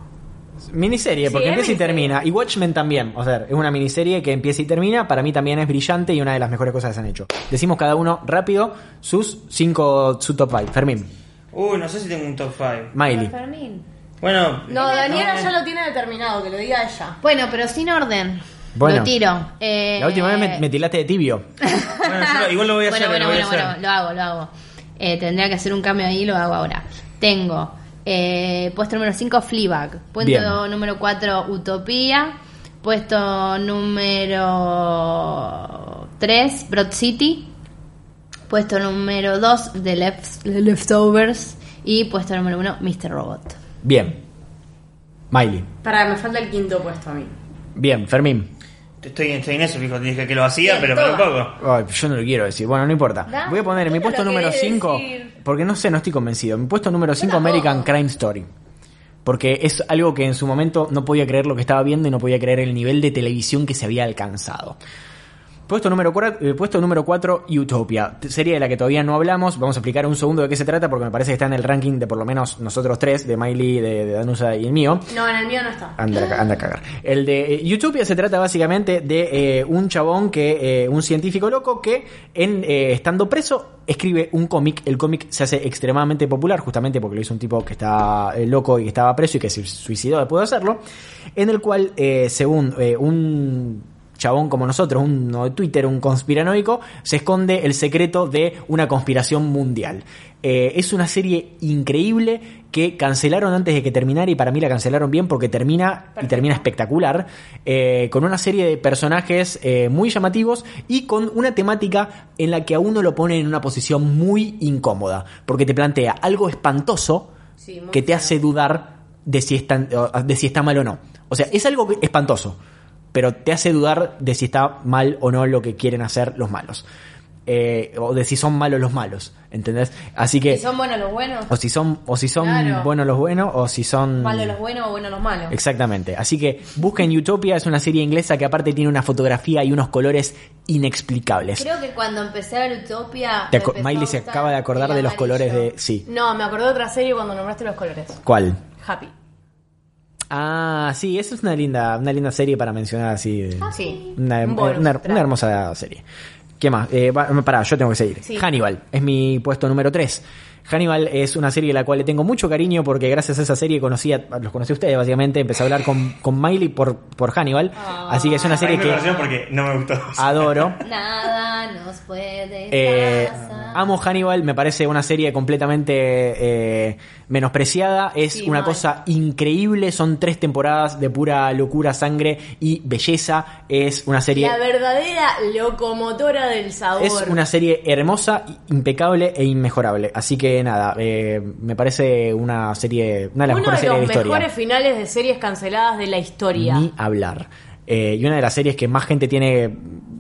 B: Miniserie,
E: Sí,
B: porque
E: es
B: empieza y
E: miniserie.
B: termina. Y Watchmen también. O sea, es una miniserie que empieza y termina. Para mí también es brillante y una de las mejores cosas que se han hecho. Decimos cada uno rápido sus cinco, su top 5. Fermín,
C: Uy, no sé si tengo un top 5.
B: Miley.
D: Fermín.
C: Bueno,
E: No, Daniela ya lo tiene determinado, que lo diga ella.
D: Bueno, pero sin orden.
B: Bueno.
D: Lo tiro. Eh, ah,
B: La última vez me, me tilaste de tibio.
C: bueno, yo lo- igual lo voy a
D: bueno,
C: hacer.
D: bueno,
C: lo voy
D: bueno,
C: a hacer.
D: bueno, lo hago, lo hago. Eh, tendría que hacer un cambio ahí, lo hago ahora. Tengo eh, puesto número 5, Fleabag. Puesto
B: Bien.
D: número 4, Utopía. Puesto número 3, Broad City. Puesto número 2, The, Left, The Leftovers. Y puesto número 1, Mr. Robot.
B: Bien. Miley.
E: Para, me falta el quinto puesto a mí.
B: Bien, Fermín.
C: Estoy, estoy en eso, fijo. Dije que lo hacía,
E: Bien,
C: pero
E: toma.
C: tampoco.
B: Ay, yo no lo quiero decir. Bueno, no importa.
D: Da,
B: Voy a poner en
D: tú
B: mi
D: no
B: puesto
D: lo
B: número
D: querés
B: 5.
D: decir.
B: Porque no sé, no estoy convencido. Mi puesto número 5, American Crime Story. Porque es algo que en su momento no podía creer lo que estaba viendo y no podía creer el nivel de televisión que se había alcanzado. Puesto número 4, puesto número cuatro, Utopia. T- Serie de la que todavía no hablamos. Vamos a explicar un segundo de qué se trata porque me parece que está en el ranking de por lo menos nosotros tres, de Miley, de, de Danusa y el mío.
E: No, en el mío no está.
B: Anda, a ca- anda a cagar. El de eh, Utopia se trata básicamente de eh, un chabón que, eh, un científico loco que en eh, estando preso escribe un cómic. El cómic se hace extremadamente popular justamente porque lo hizo un tipo que está eh, loco y que estaba preso y que se suicidó después de hacerlo. En el cual, eh, según eh, un chabón como nosotros, uno de Twitter, un conspiranoico, se esconde el secreto de una conspiración mundial. Eh, es una serie increíble que cancelaron antes de que terminara y para mí la cancelaron bien porque termina y termina espectacular, eh, con una serie de personajes eh, muy llamativos y con una temática en la que a uno lo pone en una posición muy incómoda, porque te plantea algo espantoso
E: Sí, muy
B: que te
E: feo.
B: hace dudar de si, está, de si está mal o no. O sea, es algo que- espantoso, pero te hace dudar de si está mal o no lo que quieren hacer los malos. Eh, o de si son malos los malos, ¿entendés? Así que...
E: ¿Y son buenos los buenos?
B: o si son, o si son
E: Claro.
B: buenos los buenos, o si son...
E: ¿Malos los buenos o buenos los malos?
B: Exactamente. Así que busquen Utopia, es una serie inglesa que aparte tiene una fotografía y unos colores inexplicables.
D: Creo que cuando empecé a ver Utopia.
B: Te aco- Miley se acaba de acordar de los colores de... Sí.
E: No, me acordé de otra serie cuando nombraste los colores.
B: ¿Cuál?
E: Happy.
B: Ah, sí, esa es una linda, una linda serie para mencionar así. de-
E: Ah, sí.
B: Una,
E: Un
B: eh,
E: bonus
B: una-
E: track.
B: una hermosa serie. ¿Qué más? Eh, va- pará, yo tengo que seguir.
E: Sí.
B: Hannibal es mi puesto número 3. Hannibal es una serie a la cual le tengo mucho cariño porque gracias a esa serie conocí a- los conocí a ustedes básicamente. Empecé a hablar con, con Miley por, por Hannibal.
E: Ah.
B: Así que Ah, es una
C: Ahí
B: serie
C: me
B: que
C: pareció porque no me gustó.
B: adoro.
D: Nada nos puede.
B: Eh,
D: pasar.
B: amo Hannibal, me parece una serie completamente eh, menospreciada. Es
E: Sí,
B: una
E: mal.
B: cosa increíble. Son tres temporadas de pura locura, sangre y belleza. Es una serie.
E: La verdadera locomotora del sabor.
B: Es una serie hermosa, impecable e inmejorable. Así que nada, eh, me parece una serie, una de las
E: Uno
B: mejores
E: de los
B: series de la historia.
E: mejores finales de series canceladas de la historia.
B: Ni hablar. Eh, y una de las series que más gente tiene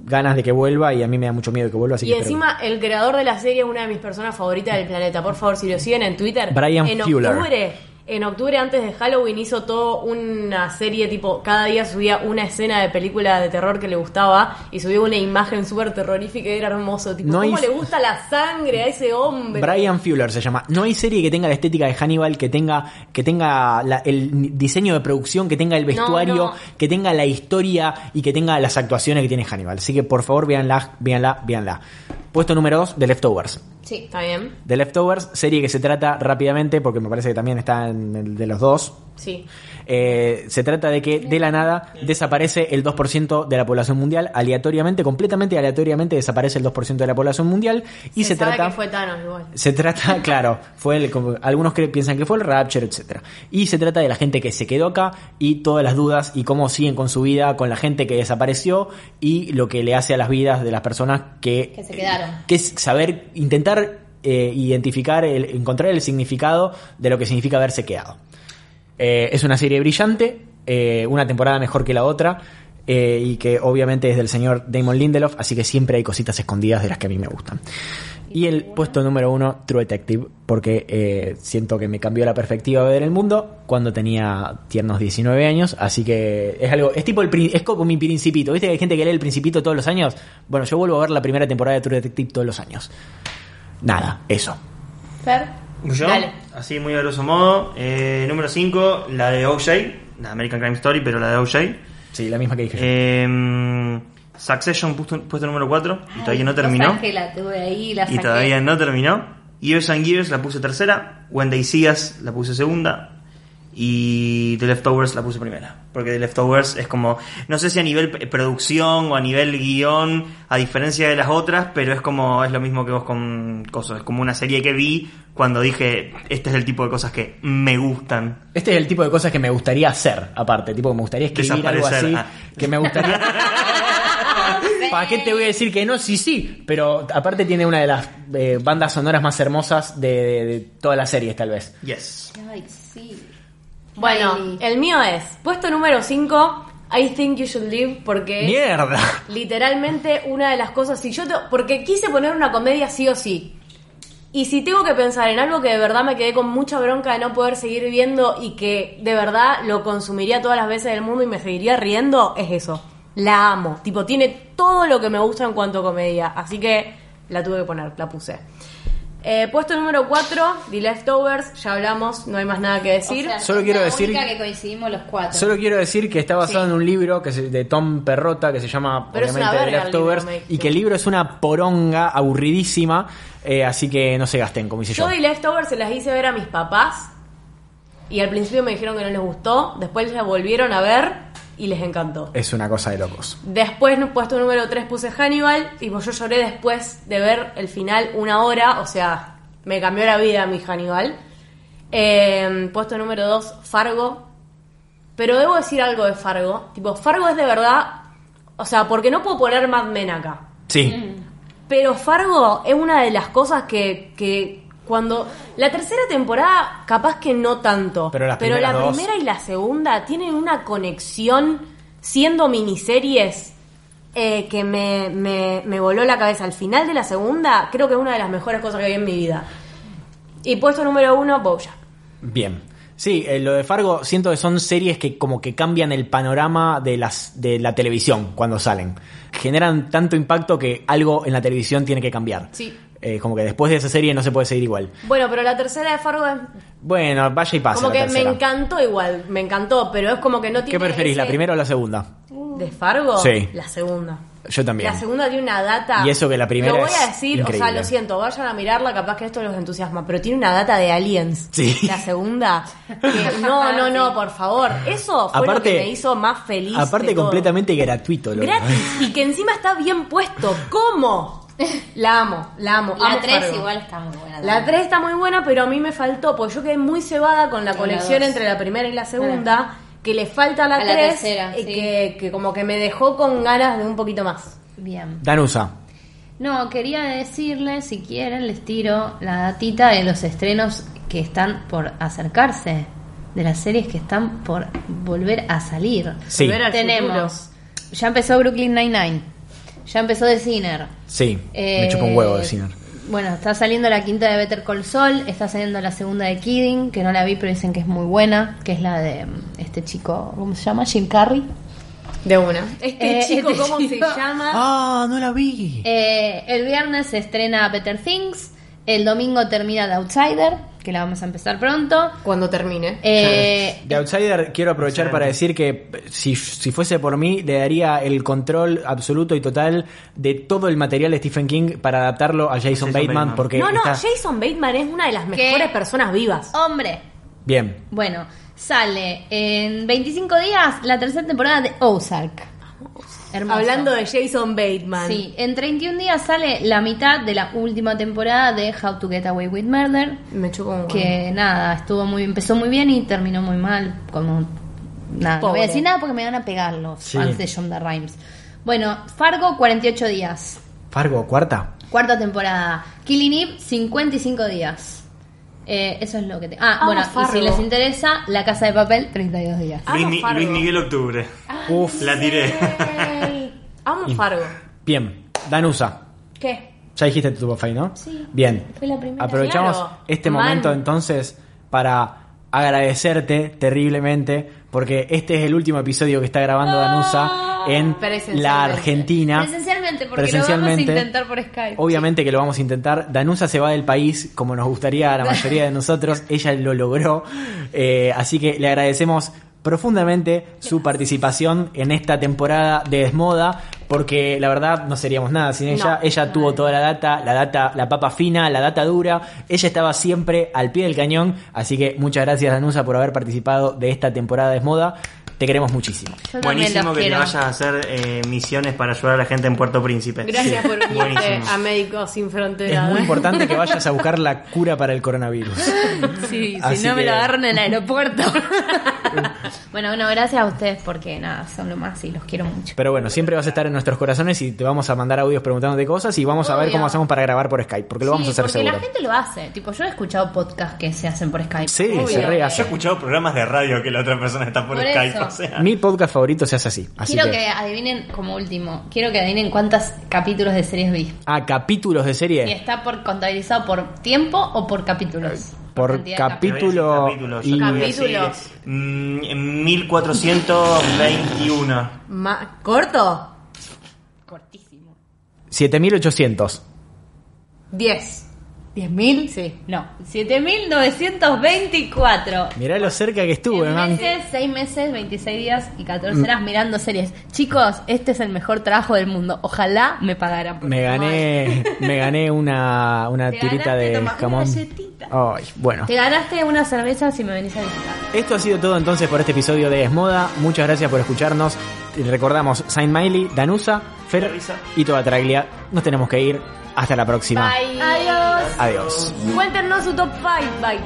B: ganas de que vuelva y a mí me da mucho miedo que vuelva. Así
E: Y
B: que espero
E: encima, el creador de la serie es una de mis personas favoritas del planeta. Por favor, si lo siguen en Twitter,
B: Brian
E: en
B: Fuller.
E: octubre, en octubre antes de Halloween hizo todo una serie tipo, cada día subía una escena de película de terror que le gustaba y subió una imagen súper terrorífica y era hermoso. Tipo,
B: No
E: ¿cómo
B: hay-
E: le gusta la sangre a ese hombre?
B: Brian Fuller se llama. No hay serie que tenga la estética de Hannibal, que tenga, que tenga la- el diseño de producción, que tenga el vestuario,
E: no.
B: que tenga la historia y que tenga las actuaciones que tiene Hannibal. Así que por favor, véanla, véanla, véanla. Puesto número 2 de Leftovers.
D: Sí.
E: Está bien.
B: The Leftovers, serie que se trata rápidamente porque me parece que también está en el de los dos.
E: Sí.
B: Eh, se trata de que de la nada desaparece el 2% de la población mundial, aleatoriamente, completamente aleatoriamente desaparece el 2% de la población mundial y se,
E: sabe
B: trata...
E: que fue Thanos igual.
B: Se trata, claro, fue el- como- algunos cre- piensan que fue el Rapture, etcétera. Y se trata de la gente que se quedó acá y todas las dudas y cómo siguen con su vida, con la gente que desapareció y lo que le hace a las vidas de las personas que,
C: Eh,
F: Que se quedaron.
B: que es saber, intentar eh, identificar, el- encontrar el significado de lo que significa haberse quedado. Eh, es una serie brillante, eh, una temporada mejor que la otra. eh, y que obviamente es del señor Damon Lindelof, así que siempre hay cositas escondidas de las que a mí me gustan. Y el puesto número uno, True Detective, porque eh, siento que me cambió la perspectiva de ver el mundo cuando tenía tiernos 19 años, así que es algo, es tipo el, pri- es como mi principito, ¿viste que hay gente que lee el principito todos los años? Bueno, yo vuelvo a ver la primera temporada de True Detective todos los años. Nada, eso.
E: Fer.
C: Yo,
E: Dale.
C: así muy a grosso modo, eh, número 5, la de OJ, la American Crime Story, pero la de OJ.
B: Sí, la misma que dije yo.
C: Eh, Succession, puesto, puesto número 4, y todavía no terminó.
D: Cosas que la tuve ahí, la
C: Y
D: saqué.
C: todavía no terminó. Years and Years la puse tercera, When They See Us la puse segunda y The Leftovers la puse primera. Porque The Leftovers es como, no sé si a nivel p- producción o a nivel guión, a diferencia de las otras, pero es como, es lo mismo que vos con cosas. Es como una serie que vi cuando dije, este es el tipo de cosas que me gustan.
B: Este es el tipo de cosas que me gustaría hacer, aparte. Tipo, que me gustaría escribir algo así.
C: Desaparecer, ah.
B: Que me gustaría. ¿Para qué te voy a decir que no? Sí, sí. Pero aparte tiene una de las eh, bandas sonoras más hermosas de, de- de todas las series, tal vez.
C: Yes.
F: Ay, sí.
E: Bueno,
F: Ay.
E: el mío es puesto número 5, I Think You Should Live, porque...
B: ¡Mierda!
E: literalmente una de las cosas si yo te- porque quise poner una comedia sí o sí y si tengo que pensar en algo que de verdad me quedé con mucha bronca de no poder seguir viendo y que de verdad lo consumiría todas las veces del mundo y me seguiría riendo es eso la amo tipo tiene todo lo que me gusta en cuanto a comedia así que la tuve que poner la puse Eh, puesto número 4 The Leftovers ya hablamos no hay más nada que decir
F: O sea,
B: Solo
F: es
B: quiero
F: la
B: decir-
F: única que coincidimos los cuatro.
B: Solo quiero decir que está basado en un libro que se- de Tom Perrota que se llama
E: Pero es una
B: obviamente, The
E: verga el libro,
B: Leftovers
E: me dijiste.
B: y que el libro es una poronga aburridísima, eh, así que no se gasten, como hice yo.
E: Yo de Leftovers se las hice ver a mis papás y al principio me dijeron que no les gustó, después la volvieron a ver y les encantó.
B: Es una cosa de locos.
E: Después, en puesto número 3 puse Hannibal y pues, yo lloré después de ver el final una hora, o sea, me cambió la vida mi Hannibal. Eh, puesto número 2, Fargo. Pero debo decir algo de Fargo. Tipo, Fargo es de verdad, o sea, porque no puedo poner Mad Men acá.
B: Sí.
E: Mm. Pero Fargo es una de las cosas que, que cuando... La tercera temporada capaz que no tanto,
B: Pero las
E: la
B: primeras dos-
E: primera y la segunda tienen una conexión siendo miniseries eh, que me, me, me voló la cabeza. Al final de la segunda creo que es una de las mejores cosas que vi en mi vida. Y puesto número uno, Bojack.
B: Bien. Sí, eh, lo de Fargo siento que son series que como que cambian el panorama de las de la televisión cuando salen. Generan tanto impacto que algo en la televisión tiene que cambiar.
E: Sí.
B: Eh, como que después de esa serie no se puede seguir igual.
E: Bueno, pero la tercera de Fargo es...
B: Bueno, vaya y pasa.
E: Como
B: Ah, la
E: que
B: tercera.
E: me encantó igual, me encantó, pero es como que no
B: ¿Qué
E: tiene...
B: preferís, la
E: ese-
B: primera o la segunda?
E: ¿De Fargo?
B: Sí.
E: La segunda.
B: Yo también.
E: La segunda tiene una data.
B: Y eso que la primera
E: Lo voy a
B: es
E: decir, o sea,
B: increíble.
E: lo siento, vayan a mirarla, capaz que esto los entusiasma, pero tiene una data de aliens.
B: Sí.
E: La segunda. que no, no, no, por favor. Eso fue lo que me hizo más feliz. de
B: Aparte
E: todo.
B: completamente gratuito. loco.
E: Gratis. Y que encima está bien puesto. ¿Cómo? La amo, la amo.
D: La
E: amo
D: 3
E: Fargo.
D: igual está muy buena.
E: La 3 está muy buena, pero a mí me faltó, porque yo quedé muy cebada con la
D: Con la
E: conexión
D: dos.
E: entre la primera y la segunda, que le falta a la
D: A la
E: 3
D: tercera,
E: y
D: sí.
E: que, que como que me dejó con ganas de un poquito más.
D: Bien.
B: Danusa.
D: No, quería decirles, si quieren, les tiro la datita de los estrenos que están por acercarse, de las series que están por volver a salir.
B: Sí.
E: Volver al
D: Tenemos, ya empezó Brooklyn Nine-Nine, ya empezó The Sinner.
B: Sí.
D: eh,
B: me chupa un huevo de cine.
D: Bueno, está saliendo la quinta de Better Call Saul, está saliendo la segunda de Kidding, que no la vi, pero dicen que es muy buena, que es la de mm, este chico, ¿cómo se llama? Jim Carrey.
E: De una. Este
D: Eh,
E: chico,
D: este
E: ¿cómo
D: chico.
E: se llama?
B: Ah, no la vi.
D: Eh, el viernes se estrena Better Things. El domingo termina The Outsider, que la vamos a empezar pronto.
E: Cuando termine.
D: Eh,
B: De Outsider quiero aprovechar para decir que si, si fuese por mí, le daría el control absoluto y total de todo el material de Stephen King para adaptarlo a Jason,
C: Jason
B: Bateman,
C: Bateman.
B: porque
E: no, no,
B: está
E: Oh, Jason Bateman es una de las mejores personas vivas.
D: hombre.
B: bien.
D: Bueno, Sale en 25 días la tercera temporada de Ozark. Hermoso.
E: Hablando de Jason Bateman.
D: Sí, en 31 días sale la mitad de la última temporada de How to Get Away with Murder.
E: Me chocó un
D: Que nada, estuvo muy empezó muy bien y terminó muy mal. Como nada, no voy a
E: Pobre.
D: decir nada porque me van a pegar los
B: Sí.
D: fans de Shonda Rhimes. Bueno, Fargo, 48 días.
B: Fargo, cuarta.
D: Cuarta temporada. Killing Eve, 55 días. Eh, eso es lo que te. Ah,
E: Amo
D: bueno, y
E: Fargo.
D: si les interesa, La Casa de Papel, 32 días.
E: Amo
C: Luis, Mi-
E: Fargo. Ah,
C: Luis Miguel Octubre.
B: Uf.
C: La tiré.
E: Yay. Amo Fargo.
B: Bien. Danusa.
F: ¿Qué?
B: Ya dijiste tu top five, ¿no?
F: Sí.
B: Bien.
F: Fui la primera.
B: Aprovechamos
E: Claro.
B: este
E: Man.
B: momento entonces para agradecerte terriblemente porque este es el último episodio que está grabando Danusa en
E: Presencialmente.
B: la Argentina.
D: Presencialmente, porque
B: Presencialmente.
D: lo vamos a intentar por Skype.
B: Obviamente que lo vamos a intentar. Danusa se va del país, como nos gustaría a la mayoría de nosotros. Ella lo logró. Eh, así que le agradecemos profundamente su participación en esta temporada de Desmoda, porque la verdad no seríamos nada sin ella. ella tuvo toda la data, la data, la papa fina, la data dura. Ella estaba siempre al pie del cañón. Así que muchas gracias, Danusa, por haber participado de esta temporada de Desmoda. Te queremos muchísimo.
D: Yo también
C: Buenísimo
D: los
C: que te
D: quiero.
C: vayas a hacer eh, misiones para ayudar a la gente en Puerto Príncipe.
E: Gracias
C: Sí.
E: por unirte
C: Buenísimo.
E: a Médicos Sin
B: Es
E: Fronteras.
B: muy importante que vayas a buscar la cura para el coronavirus.
D: Sí,
B: Así
D: si no me
B: que-
D: lo agarran en el aeropuerto. bueno, bueno, gracias a ustedes porque nada, son lo más y los quiero mucho.
B: Pero bueno, siempre vas a estar en nuestros corazones y te vamos a mandar audios preguntándote cosas y vamos a ver
D: Obvio.
B: cómo hacemos para grabar por Skype, porque lo vamos a
D: Sí,
B: hacer
D: porque
B: seguro.
D: la gente lo hace. Tipo, yo he escuchado podcasts que se hacen por Skype.
B: Sí, se
E: Obvio.
B: re
C: Yo he
B: hace.
C: escuchado programas de radio que la otra persona está por,
D: Por
C: Skype.
D: eso.
C: o sea.
B: Mi podcast favorito se hace así. así
D: quiero
B: que-
D: que... adivinen, como último, quiero que adivinen cuántos capítulos de series vi.
B: Ah, capítulos de
D: Y
B: serie.
D: está por contabilizado por tiempo o por capítulos.
B: Por
D: cantidad de
B: capítulo.
C: Capítulos,
B: y-
C: yo te voy a decir,
E: Capítulos.
C: mm, en 1421.
E: Ma- ¿Corto?
D: Cortísimo.
B: 7800.
E: 10. ¿10.000? Sí.
D: No, 7924.
B: Mirá lo cerca que estuve, Mm.
D: En
B: man.
D: meses, 6 meses, 26 días y 14 horas mirando series. Chicos, este es el mejor trabajo del mundo. Ojalá me pagaran. por
B: Me
D: esto.
B: gané, me gané una, una
D: Te
B: tirita
D: ganaste,
B: de
D: toma, una
B: jamón.
D: galletita.
B: Ay, bueno.
D: Te ganaste una cerveza si me venís a visitar.
B: Esto ha sido todo entonces por este episodio de Esmoda. Muchas gracias por escucharnos. Recordamos Saint Miley, Danusa, Fer
C: Avisa.
B: y toda Traglia. Nos tenemos que ir. Hasta la próxima.
E: Bye. Adiós.
B: Adiós.
E: Cuéntenos su top 5. Bye.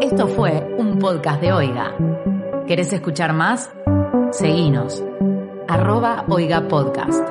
A: Esto fue un podcast de Oiga. ¿Querés escuchar más? Seguinos. Arroba Oiga Podcast.